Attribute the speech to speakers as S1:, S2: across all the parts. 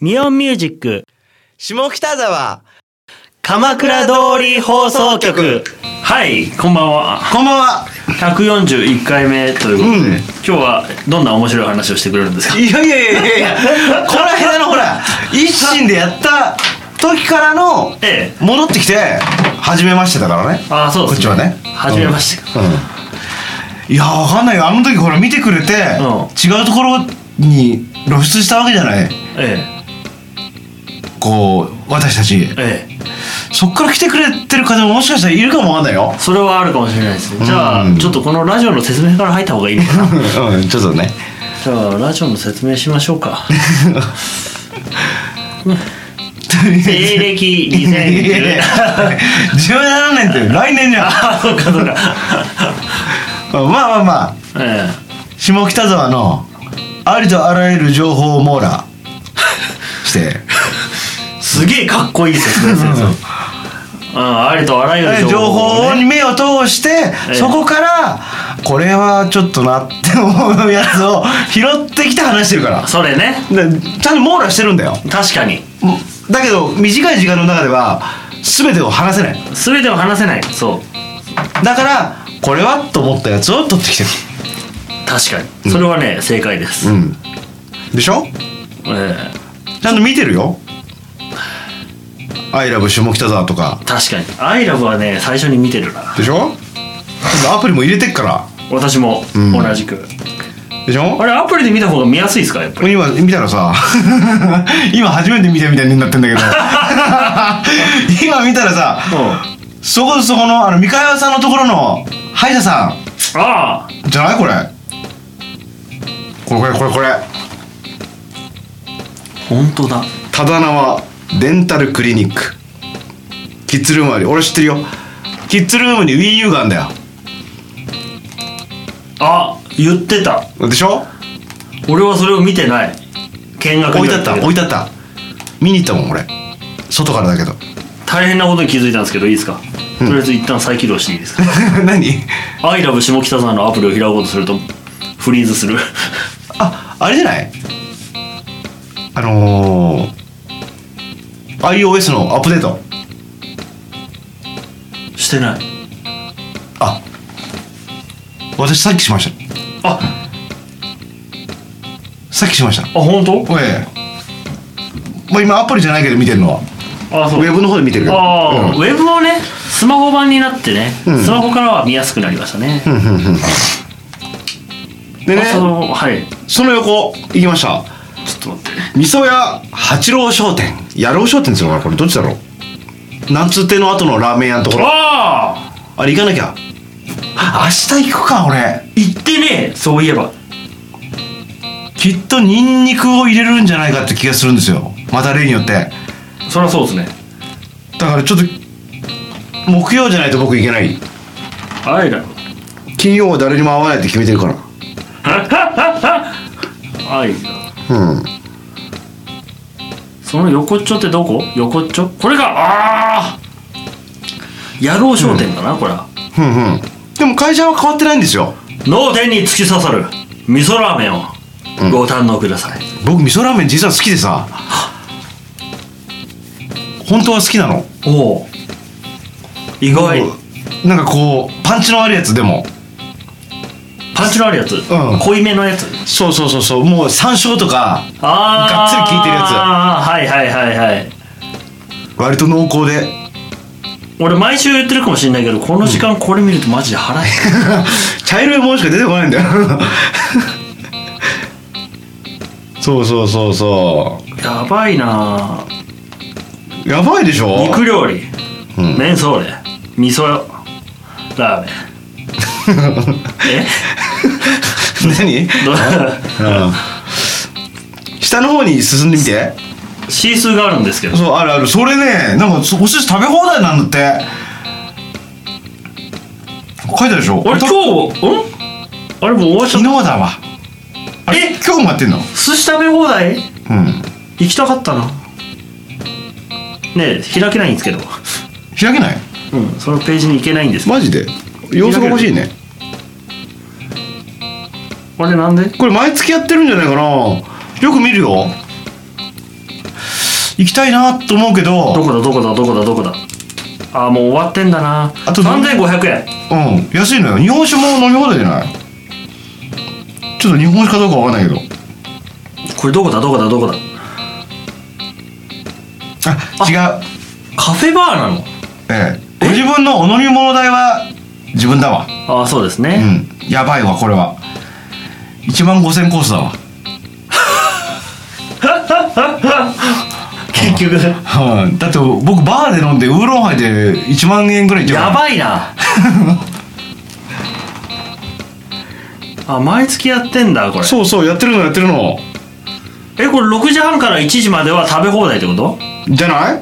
S1: ミオンミュージック
S2: 下北沢
S1: 鎌倉通り放送局はいこんばんは
S2: こんばんは
S1: 141回目ということで、
S2: うん
S1: 今日はどんな面白い話をしてくれるんですか
S2: いやいやいやいやこの間のほら一心でやった時からの
S1: ええ
S2: 戻ってきて初めましてだからね
S1: ああそうです、
S2: こっちはね
S1: 初めまして、
S2: うんいやわかんないよあの時ほら見てくれ
S1: う
S2: て、
S1: ん
S2: 違うところに露出したわけじゃない
S1: え
S2: こう私たち
S1: えええ
S2: そっから来てくれてる方ももしかしたらいるかもわかんないよ
S1: それはあるかもしれないですねじゃあ、
S2: うん
S1: ちょっとこのラジオの説明から入った方がいいのかな
S2: うんちょ っとね
S1: じゃあラジオの説明しましょう か西暦
S2: いやいやい
S1: 2010
S2: や17年って来年じゃ ん
S1: あそうかそうか
S2: まあまあまあ
S1: え
S2: 下北沢のありとあらゆる情報を網 羅して
S1: えすげえかっこいい説明ですねそれうんありとあらゆる
S2: 情
S1: 情報
S2: 報
S1: を
S2: に
S1: ね
S2: 目を通して
S1: ええ
S2: そこからこれはちょっとなって思うやつを 拾ってきて話してるから
S1: それね
S2: でちゃんと網羅してるんだよ
S1: 確かに
S2: だけど短い時間の中では全てを話せない
S1: 全てを話せないそう
S2: だからこれはと思ったやつを取ってきてる
S1: 確かにそれはね、正解です、
S2: うんでしょ
S1: え
S2: ちゃんと見てるよ「アイラブ下北沢」とか
S1: え確かに「アイラブはね最初に見てるな
S2: でしょアプリも入れてっから
S1: 私も
S2: ん
S1: 同じく、
S2: でしょ
S1: あれアプリで見た方が見やすいですかやっぱり
S2: 今見たらさ 今初めて見たみたいになってんだけど 今見たらさ
S1: うん
S2: そこそこのあの三河屋さんのところの歯医者さ
S1: ああ
S2: んじゃないこれこれこれこれこれ
S1: 本当だ
S2: ただ名はデンタルクリニックキッズルームあり俺知ってるよキッズルームに WiiU があんだよ
S1: あ言ってた
S2: でしょ
S1: 俺はそれを見てない見学
S2: 置
S1: に
S2: いてあった置いてあった見に行ったもん俺外からだけど
S1: 大変なことに気づいたんですけどいいですか、とりあえず一旦再起動していいですか
S2: 何
S1: 「アイラブ下北沢」のアプリを開こうとするとフリーズ する
S2: ああれじゃないあのー、iOS のアップデート
S1: してない
S2: あ私さっきしました
S1: あ
S2: さっきしました
S1: あ本当
S2: ええまあ今アプリじゃないけど見てるのは
S1: あ
S2: ウ
S1: そう
S2: ェブの方で見てるけど
S1: ああ、
S2: うん
S1: ウェブもねスマホ版になってね、スマホからは見やすくなりましたね、
S2: でね
S1: あそのはい
S2: その横行きました
S1: ちょっと待って
S2: 味噌屋八郎商店野郎商店ですよこれどっちだろうなんつっての後のラーメン屋のところ
S1: ああ
S2: あれ行かなきゃあ明日行くか俺
S1: 行ってねえそういえば
S2: きっとニンニクを入れるんじゃないかって気がするんですよまた例によって
S1: そりゃそうですね
S2: だからちょっと木曜じゃないと僕行けない
S1: アイ ラブ
S2: 金曜は誰にも会わないって決めてるから
S1: アイラブ
S2: うん
S1: その横っちょってどこ横っちょこれがああ野郎商店かな、これは
S2: うんうんでも会社は変わってないんですよ
S1: 脳天に突き刺さる味噌ラーメンをご堪能ください、
S2: 僕味噌ラーメン実は好きでさ本当は好きなの
S1: おお意外
S2: なんかこうパンチのあるやつでも
S1: パンチのあるやつ、
S2: ん
S1: 濃いめのやつ
S2: そうそうそうそうもう山椒とか
S1: あ
S2: がっつり効いてるやつ
S1: ああはいはいはいはい
S2: 割と濃厚で
S1: 俺毎週言ってるかもしれないけどこの時間これ見るとマジで腹減る、
S2: 茶色いものしか出てこないんだよそうそうそうそ
S1: やばいなぁ
S2: うやばいでしょ
S1: 肉料理、
S2: うん
S1: メンソーレ味噌 ラーメンえ
S2: 何
S1: ど
S2: 下の方に進んでみて
S1: シースーがあるんですけど
S2: そうあるあるそれねなんかそお寿司食べ放題なんだって書いてあるでしょ
S1: 俺
S2: た
S1: 今日んあれもう終わっちゃ
S2: 昨
S1: っ
S2: 日だわあれ
S1: え
S2: 今日もやってんの
S1: た寿司食べ放題
S2: うん
S1: 行きたかったなねえ開けないんですけど
S2: 開けない
S1: うんそのページに行けないんです
S2: マジで様子がおかしいね
S1: あれなんで
S2: これ毎月やってるんじゃないかなよく見るよ行きたいなと思うけ
S1: ど
S2: ど
S1: こだどこだどこだどこだあーもう終わってんだな
S2: あと
S1: 3500円
S2: うん安いのよ日本酒も飲み放題じゃないちょっと日本酒かどうかわかんないけど
S1: これどこだどこだどこだ
S2: あ違う
S1: カフェバーなの
S2: ええご自分のお飲み物代は自分だわ
S1: ああそうです
S2: う
S1: ね、
S2: んやばいわこれは1万5000コースだわ
S1: 結局
S2: はいだって僕バーで飲んでウーロンハイで1万円ぐらいいっちゃうか
S1: やば
S2: ら
S1: い なあ毎月やってんだこれ
S2: そうそうやってるのやってるの
S1: えこれ6時半から1時までは食べ放題ってこと
S2: じゃない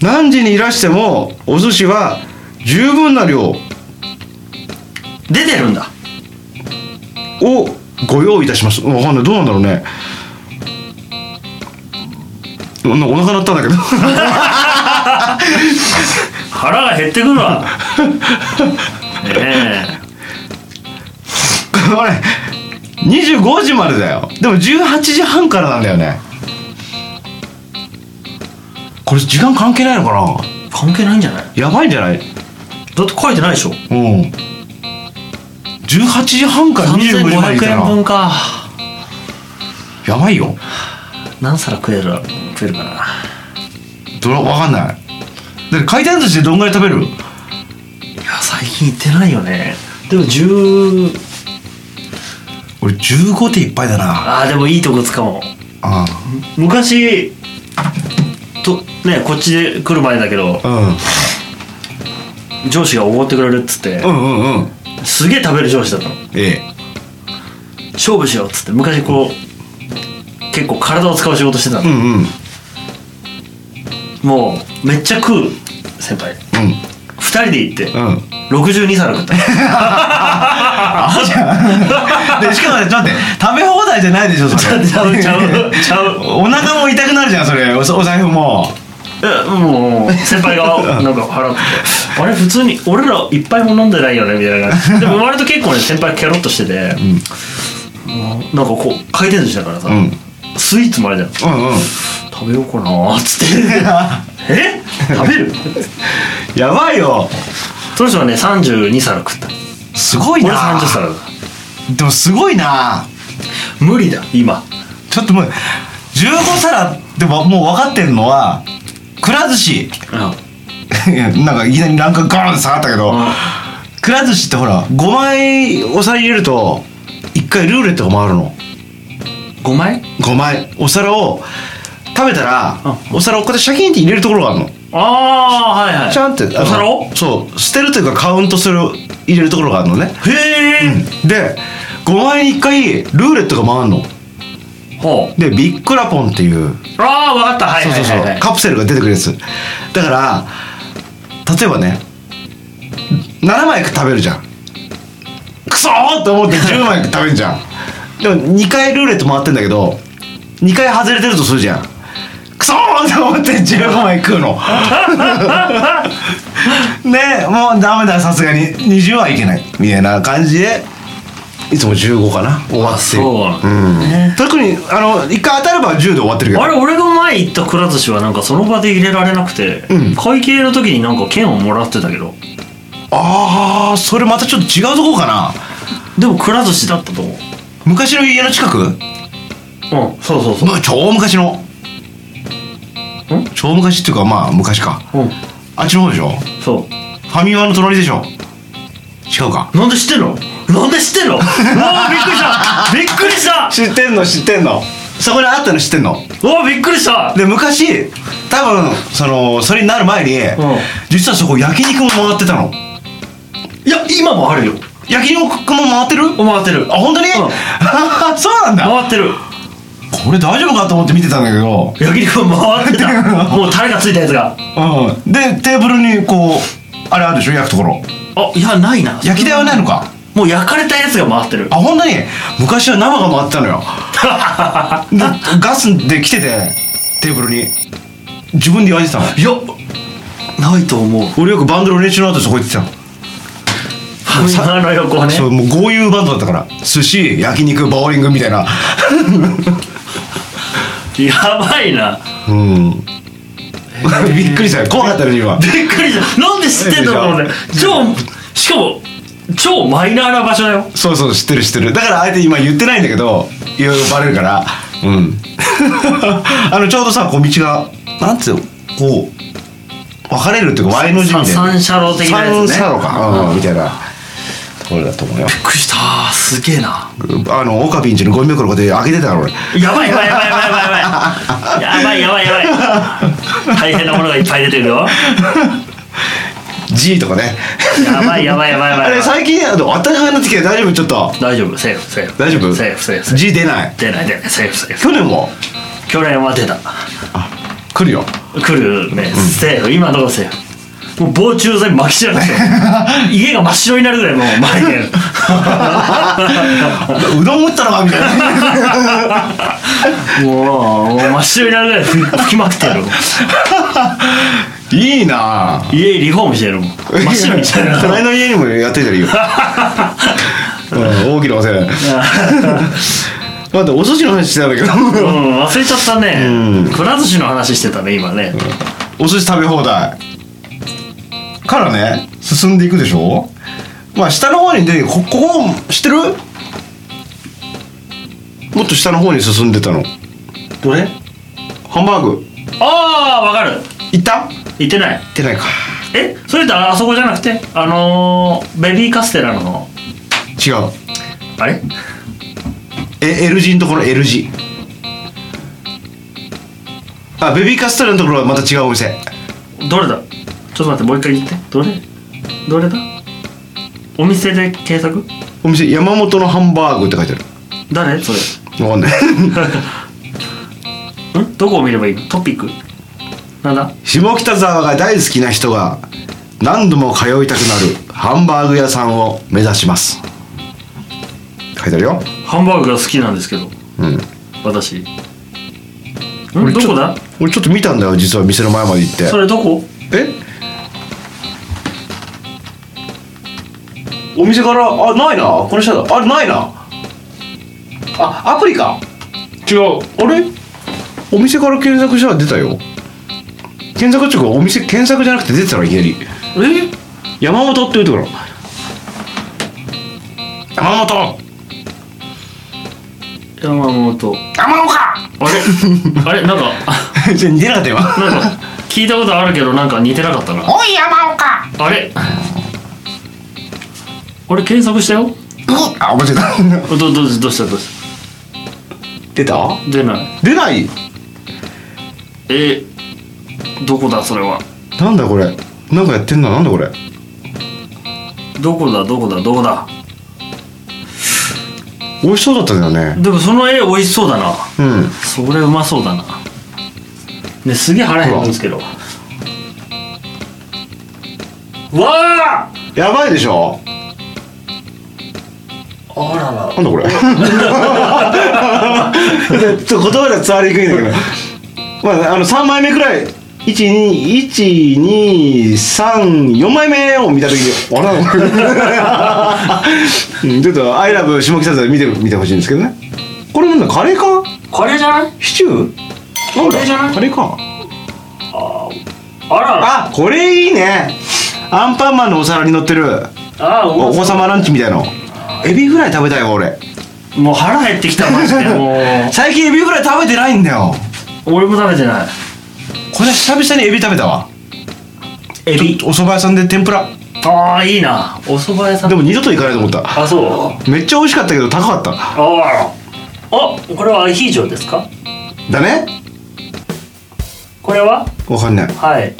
S2: 何時にいらしてもお寿司は十分な量を
S1: 出てるんだ
S2: ご用意いたしますわかんないどうなんだろうねおなお腹鳴ったんだけど
S1: 腹が減ってくる わねえ
S2: これ25時までだよでも18時半からなんだよねこれ時間関係ないのかな
S1: 関係ないんじゃない
S2: やばいんじゃない
S1: だって書いてないでしょ
S2: うん18時半から25時までい
S1: 3500
S2: た
S1: 円
S2: ら
S1: 分か
S2: やばいよ
S1: 何皿食える食えるかな
S2: どれわかんないだって回転寿司でどんぐらい食べ
S1: い
S2: る
S1: や最近行ってないよねでも10
S2: 俺15手いっぱいだな
S1: あーでもいいとこつかも
S2: あ
S1: 昔とねこっちで来る前だけど
S2: あ
S1: 上司がおごってくれるっつって
S2: うんうんうんうん
S1: すげえ食べる上司だったの
S2: ええ
S1: 勝負しようっつって昔こう結構体を使う仕事してた
S2: う
S1: の、
S2: んうんうん
S1: もうめっちゃ食う先輩2人で行って、
S2: うん
S1: 62皿 食った
S2: でしかもねちょっと待って食べ放題じゃないでしょそ
S1: ちゃう
S2: れ
S1: ちゃうちゃうちゃう
S2: お腹も痛くなるじゃんそれおお財布も
S1: えもう先輩がなんか払っててあれ普通に俺らいっぱいも飲んでないよねみたいな感じでも割と結構ね先輩ケロッとしてて、なんかこう回転寿司だからさ、
S2: うん
S1: スイーツもあれじゃん
S2: うんうん
S1: 食べようかなーっつってえ食べる
S2: やばいよ
S1: その人はね32皿食った
S2: すごい
S1: 俺
S2: な
S1: 30皿だ
S2: でもすごいな
S1: 無理だ今
S2: ちょっともう15皿でももう分かってるのはくら寿司なんか いきなりランクガーンって下がったけど、くら寿司ってほら5枚お皿入れると1回ルーレットが回るの
S1: 5枚
S2: 5枚お皿を食べたら
S1: う
S2: お皿をこうやってシャキンって入れるところがあるの
S1: ああーはいはい
S2: シャンってあの
S1: お皿を
S2: そう捨てるというかカウントする入れるところがあるのね
S1: へえ、
S2: で5枚に1回ルーレットが回るの
S1: ほう
S2: でビックラポンっていう
S1: ああわかったはい
S2: そう
S1: はい
S2: そ
S1: うは
S2: そ、
S1: いうはい
S2: カプセルが出てくるやつだから例えばね7枚食べるじゃんクソーって思って10枚食べるじゃんでも2回ルーレット回ってんだけど2回外れてるとするじゃんクソーって思って15枚食うの ねもうダメださすがに20はいけないみたいな感じでいつも15かな終わってる
S1: そうなんだ
S2: うん、特にあの1回当たれば10で終わってるけど
S1: あれ俺が前行ったくら寿司はなんかその場で入れられなくて、
S2: うん
S1: 会計の時になんか券をもらってたけど
S2: ああそれまたちょっと違うとこかな
S1: でもくら寿司だったと思う
S2: 昔の家の近く
S1: うんそうそうそう
S2: まあ超昔の
S1: ん
S2: 超昔っていうかまあ昔か
S1: うん
S2: あっちの方でしょ
S1: そ
S2: ファミマの隣でしょ違うか
S1: うなんで知ってんのなんで知ってん のうわーびっくりしたびっくりした
S2: 知ってんの知ってんのそこにあったの知ってんの
S1: うわーびっくりした
S2: で昔多分そのそれになる前に、
S1: ん
S2: 実はそこ焼肉も回ってたの
S1: いや今もあるよ
S2: 焼肉も回ってる
S1: 回ってる
S2: あ本当に、
S1: うん
S2: そうなんだ
S1: 回ってる
S2: これ大丈夫かと思って見てたんだけど
S1: 焼肉回 ってたもうタレがついたやつが
S2: うん、でテーブルにこうあれあるでしょ焼くところ
S1: あいやないな
S2: 焼き台はないのか
S1: もう焼かれたやつが回ってる
S2: あ本当に昔は生が回ってたのよでガスで来ててテーブルに自分で焼いてたの
S1: いやないと思う
S2: 俺よくバンドの練習の後そこ行ってたの、
S1: ファミマの横はね
S2: そうもう豪遊バンドだったから寿司焼肉ボーリングみたいな
S1: やばいな
S2: うん。 びっくりしたよ。怖かったね、今。
S1: びっくりしたなんで知ってんだろうね超しかも超マイナーな場所だよ
S2: そうそう、知ってる知ってる。だからあえて今言ってないんだけど、いろいろバレるから。うん。 あの、ちょうどさ、こう道が、なんつうの、こう、分かれるっていうか、Y の字みたいな。
S1: さ三車路的なやつね
S2: 三車路か。うん、みたいな。ところだと思うよ。
S1: びっくりしたすげえな
S2: あの、オカピンチのゴミ袋こうやって上げてたから、俺。
S1: やばいやばいやばいやばいやばいやばいやばいやばい大変なものがいっぱい出てるよ
S2: G とかね。
S1: やばいやばいやばいやば
S2: あ
S1: い
S2: れ、最近、あの、当たり前になってきて大丈夫ちょっと。
S1: 大丈夫セーフセーフ
S2: 大丈夫
S1: セーフセーフセーフ
S2: ?G 出ない。
S1: 出ない出ないセーフセーフ
S2: 去年も
S1: 去年は出た
S2: 来るよ。
S1: 来るね、セーフ今のところセーフもう防虫剤巻き散らかしてる 家が真っ白になるぐらいもう巻いてる
S2: うどん打ったのかみたいな。
S1: もうもう真っ白になるぐらい吹吹きまくってる
S2: いいなぁ。
S1: 家リフォームしてるもん真っ白にしてる
S2: 隣の家にもやってたらいいよ。うん、大きなお世話。待って、お寿司の話してたんだけど。
S1: うん忘れちゃったね、
S2: うん
S1: くら寿司の話してたね今ね、
S2: お寿司食べ放題。からね、進んでいくでしょまあ、下の方に出て、こ、ここ、知ってるもっと下の方に進んでたの。
S1: どれ
S2: ハンバーグ。
S1: ああわかる
S2: 行った
S1: 行
S2: 行
S1: ってない
S2: ってないか。
S1: えそれってああそこじゃなくてあのー、ベビーカステラの
S2: 違う。
S1: あれ
S2: え L 字のところ L 字あベビーカステラのところはまた違うお店
S1: どれだちょっと待ってもう一回言ってどれどれだお店で検索
S2: お店山本のハンバーグって書いてある
S1: 誰それ
S2: わかんない
S1: んどこを見ればいいのトピックなんだ
S2: 下北沢が大好きな人が何度も通いたくなるハンバーグ屋さんを目指します書いてあるよ
S1: ハンバーグが好きなんですけど
S2: うん
S1: 私ん
S2: 俺
S1: ど
S2: ちょ
S1: こだ
S2: 俺ちょっと見たんだよ実は店の前まで行って
S1: それどこ
S2: えお店からあないなこの下だあれないなあアプリか違うあれお店から検索したら出たよ検索っていうかお店検索じゃなくて出てたのいきなり
S1: え
S2: 山本っていうところ山 本
S1: 山本
S2: 山岡
S1: あれ あれなんかあ
S2: じゃ似てなかったよ
S1: なんか聞いたことあるけどなんか似てなかったな
S2: おい山岡
S1: あれ俺検索したよ
S2: うっあ間違えた
S1: どどどうしたどうしたどうし
S2: 出た
S1: た出ない
S2: 出ない
S1: えーどこだそれは
S2: なんだこれなんかやってんななんだこれ
S1: どこだどこだどこだ
S2: 美味しそうだったんだよね
S1: でもその絵美味しそうだな
S2: うん
S1: それうまそうだなねすげえ腹減るんですけどわあ
S2: やばいでしょ
S1: あらら
S2: なんだこれ でちょっと言葉では伝わりにくいんだけどまああの3枚目くらい12124枚目を見た時にあらこれ うんちょっと「アイラブ下北沢」見てみてほしいんですけどねこれなんだカレーか
S1: これじゃない
S2: シチューなん
S1: カレーじゃな
S2: だ
S1: い
S2: カレーか
S1: あらら
S2: あこれいいねアンパンマンのお皿に乗ってる
S1: あー
S2: お
S1: うま
S2: 王様ランチみたいのエビフライ食べたいわ俺
S1: もう腹減ってきたマジでもう
S2: 最近エビフライ食べてないんだよ
S1: 俺も食べてない
S2: これ久々にエビ食べたわ
S1: エビ
S2: お蕎麦屋さんで天ぷら
S1: ああいいなお蕎麦屋さん
S2: でも二度と行かないと思った
S1: あそう
S2: めっちゃ美味しかったけど高かった
S1: あああこれはアヒージョですか
S2: だね
S1: これは
S2: わかんない
S1: はい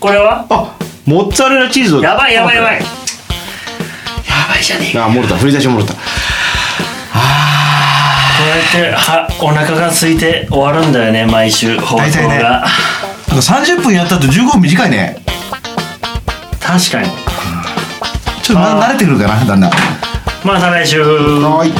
S1: これは
S2: あモッツァレラチーズを
S1: やばいやばいやばいやばいじゃねえか
S2: あ漏れた振り出し漏れた
S1: こうやってはお腹が空いて終わるんだよね毎週放送が、
S2: 大体ねなんか30分やった後15分短いね
S1: 確かに
S2: ちょっとま
S1: あー
S2: 慣れてくるかなだんだん
S1: また来週
S2: はい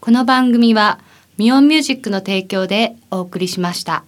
S3: この番組はミオンミュージックの提供でお送りしました。